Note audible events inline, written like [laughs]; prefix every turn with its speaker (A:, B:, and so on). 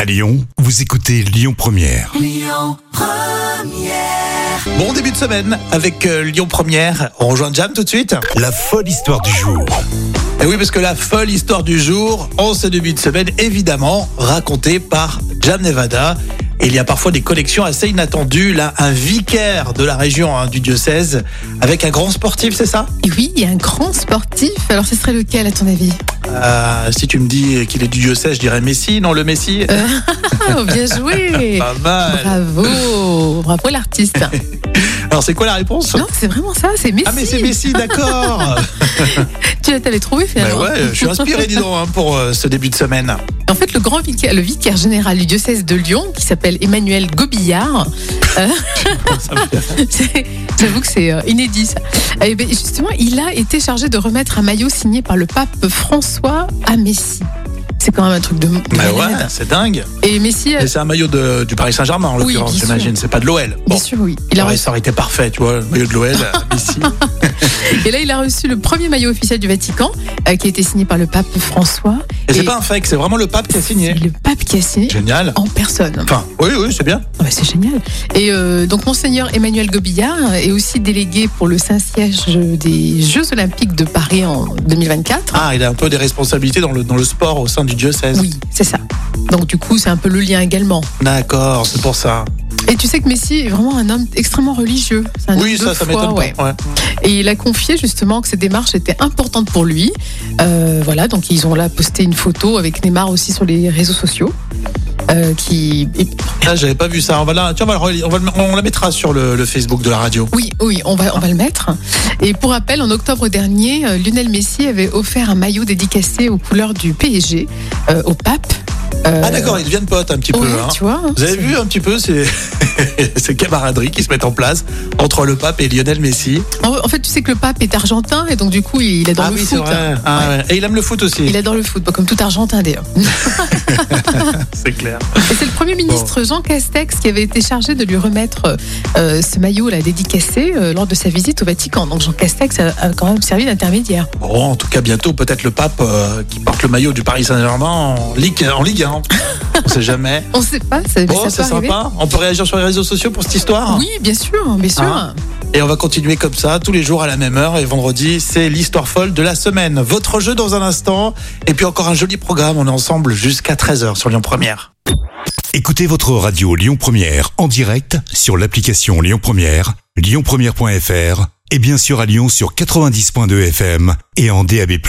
A: À Lyon, vous écoutez Lyon Première.
B: Bon début de semaine avec euh, Lyon Première. On rejoint Jam tout de suite.
A: La folle histoire du jour.
B: Et oui, parce que la folle histoire du jour, en ce début de semaine, évidemment, racontée par Jam Nevada. Et il y a parfois des collections assez inattendues. Là, un vicaire de la région hein, du diocèse avec un grand sportif, c'est ça
C: Et oui, il y a un grand sportif. Alors, ce serait lequel, à ton avis
B: Euh, Si tu me dis qu'il est du diocèse, je dirais Messi. Non, le Messi,
C: Ah, Bien
B: [laughs]
C: joué
B: pas mal.
C: Bravo Bravo l'artiste
B: Alors, c'est quoi la réponse
C: Non, c'est vraiment ça, c'est Messi
B: Ah, mais c'est Messi,
C: [laughs]
B: d'accord
C: Tu l'as- t'avais trouvé,
B: Ben
C: finalement
B: ouais, je suis inspiré, dis donc, hein, pour euh, ce début de
C: [laughs]
B: semaine.
C: En fait, le grand vicaire, le vicaire général du diocèse de Lyon, qui s'appelle Emmanuel Gobillard, [laughs] euh, c'est- j'avoue que c'est euh, inédit ça. Eh ben, justement, il a été chargé de remettre un maillot signé par le pape François à Messi. C'est quand même un truc de, de
B: Ben ouais,
C: malade.
B: c'est dingue.
C: Et Messi, euh,
B: Et c'est un maillot de- du Paris Saint-Germain, en
C: Oui,
B: l'occurrence,
C: bien sûr.
B: j'imagine. C'est pas de l'OL. Bon,
C: bien sûr, oui, il a
B: ouais,
C: reçu
B: ça aurait été parfait, tu vois, le maillot de
C: [laughs]
B: euh, l'OL, Messi.
C: Et là, il a reçu le premier maillot officiel du Vatican, euh, qui a été signé par le pape François.
B: Et c'est pas un fake, c'est vraiment le pape qui a signé.
C: C'est le pape qui a signé
B: Génial.
C: en personne.
B: Enfin, oui, oui, c'est bien.
C: Ah bah, c'est génial. Et euh, donc, Monseigneur Emmanuel Gobillard est aussi délégué pour le Saint-Siège des Jeux Olympiques de Paris en 2024.
B: Ah, il a un peu des responsabilités dans le, dans le sport au sein du diocèse.
C: Oui, c'est ça. Donc, du coup, c'est un peu le lien également.
B: D'accord, c'est pour ça.
C: Et tu sais que Messi est vraiment un homme extrêmement religieux. C'est un
B: Oui,
C: homme
B: ça,
C: de
B: ça
C: foi,
B: m'étonne
C: ouais.
B: pas. ouais.
C: Et il a confié justement que cette démarche était importante pour lui. Euh, voilà, donc ils ont là posté une photo avec Neymar aussi sur les réseaux sociaux. Euh, qui... et-
B: Ah, j'avais pas vu ça. On va la, tiens, on, va le reli- on, va le- on la mettra sur le, le Facebook de la radio.
C: Oui, oui, on va, on va le mettre. Et pour rappel, en octobre dernier, euh, Lionel Messi avait offert un maillot dédicacé aux couleurs du PSG euh, au pape. Euh,
B: Ah, d'accord, ils deviennent potes un petit peu.
C: ouais,
B: hein.
C: tu vois. hein,
B: Vous avez
C: c'est-
B: vu un petit peu ces, [laughs] ces camaraderies qui se mettent en place entre le pape et Lionel Messi
C: En, en fait, tu sais que le pape est argentin et donc du coup, il adore
B: Ah
C: le
B: oui, c'est
C: foot.
B: vrai. Ah ouais. Et il aime le foot aussi.
C: Il adore le foot, bah, comme tout argentin d'ailleurs.
B: [laughs] C'est clair.
C: Et c'est le Premier ministre Jean Castex qui avait été chargé de lui remettre euh, ce maillot là dédicacé euh, lors de sa visite au Vatican. Donc Jean Castex a, a quand même servi d'intermédiaire.
B: Bon, Oh, en tout cas, bientôt, peut-être le pape euh, qui porte le maillot du Paris Saint-Germain en Ligue, en Ligue 1. On sait
C: [laughs]
B: jamais.
C: On ne sait pas, ça, mais
B: Bon,
C: ben,
B: Oh,
C: ça
B: c'est
C: peut arriver.
B: sympa. On peut réagir sur les réseaux sociaux pour cette histoire.
C: Oui, bien sûr, bien sûr.
B: Hein Et on va continuer comme ça, tous les jours à la même heure. Et vendredi, c'est l'histoire folle de la semaine. Votre jeu dans un instant. Et puis encore un joli programme. On est ensemble jusqu'à 13h sur Lyon Première.
A: Écoutez votre radio Lyon Première en direct sur l'application Lyon Première, lyonpremière.fr et bien sûr à Lyon sur 90.2 FM et en DAB+.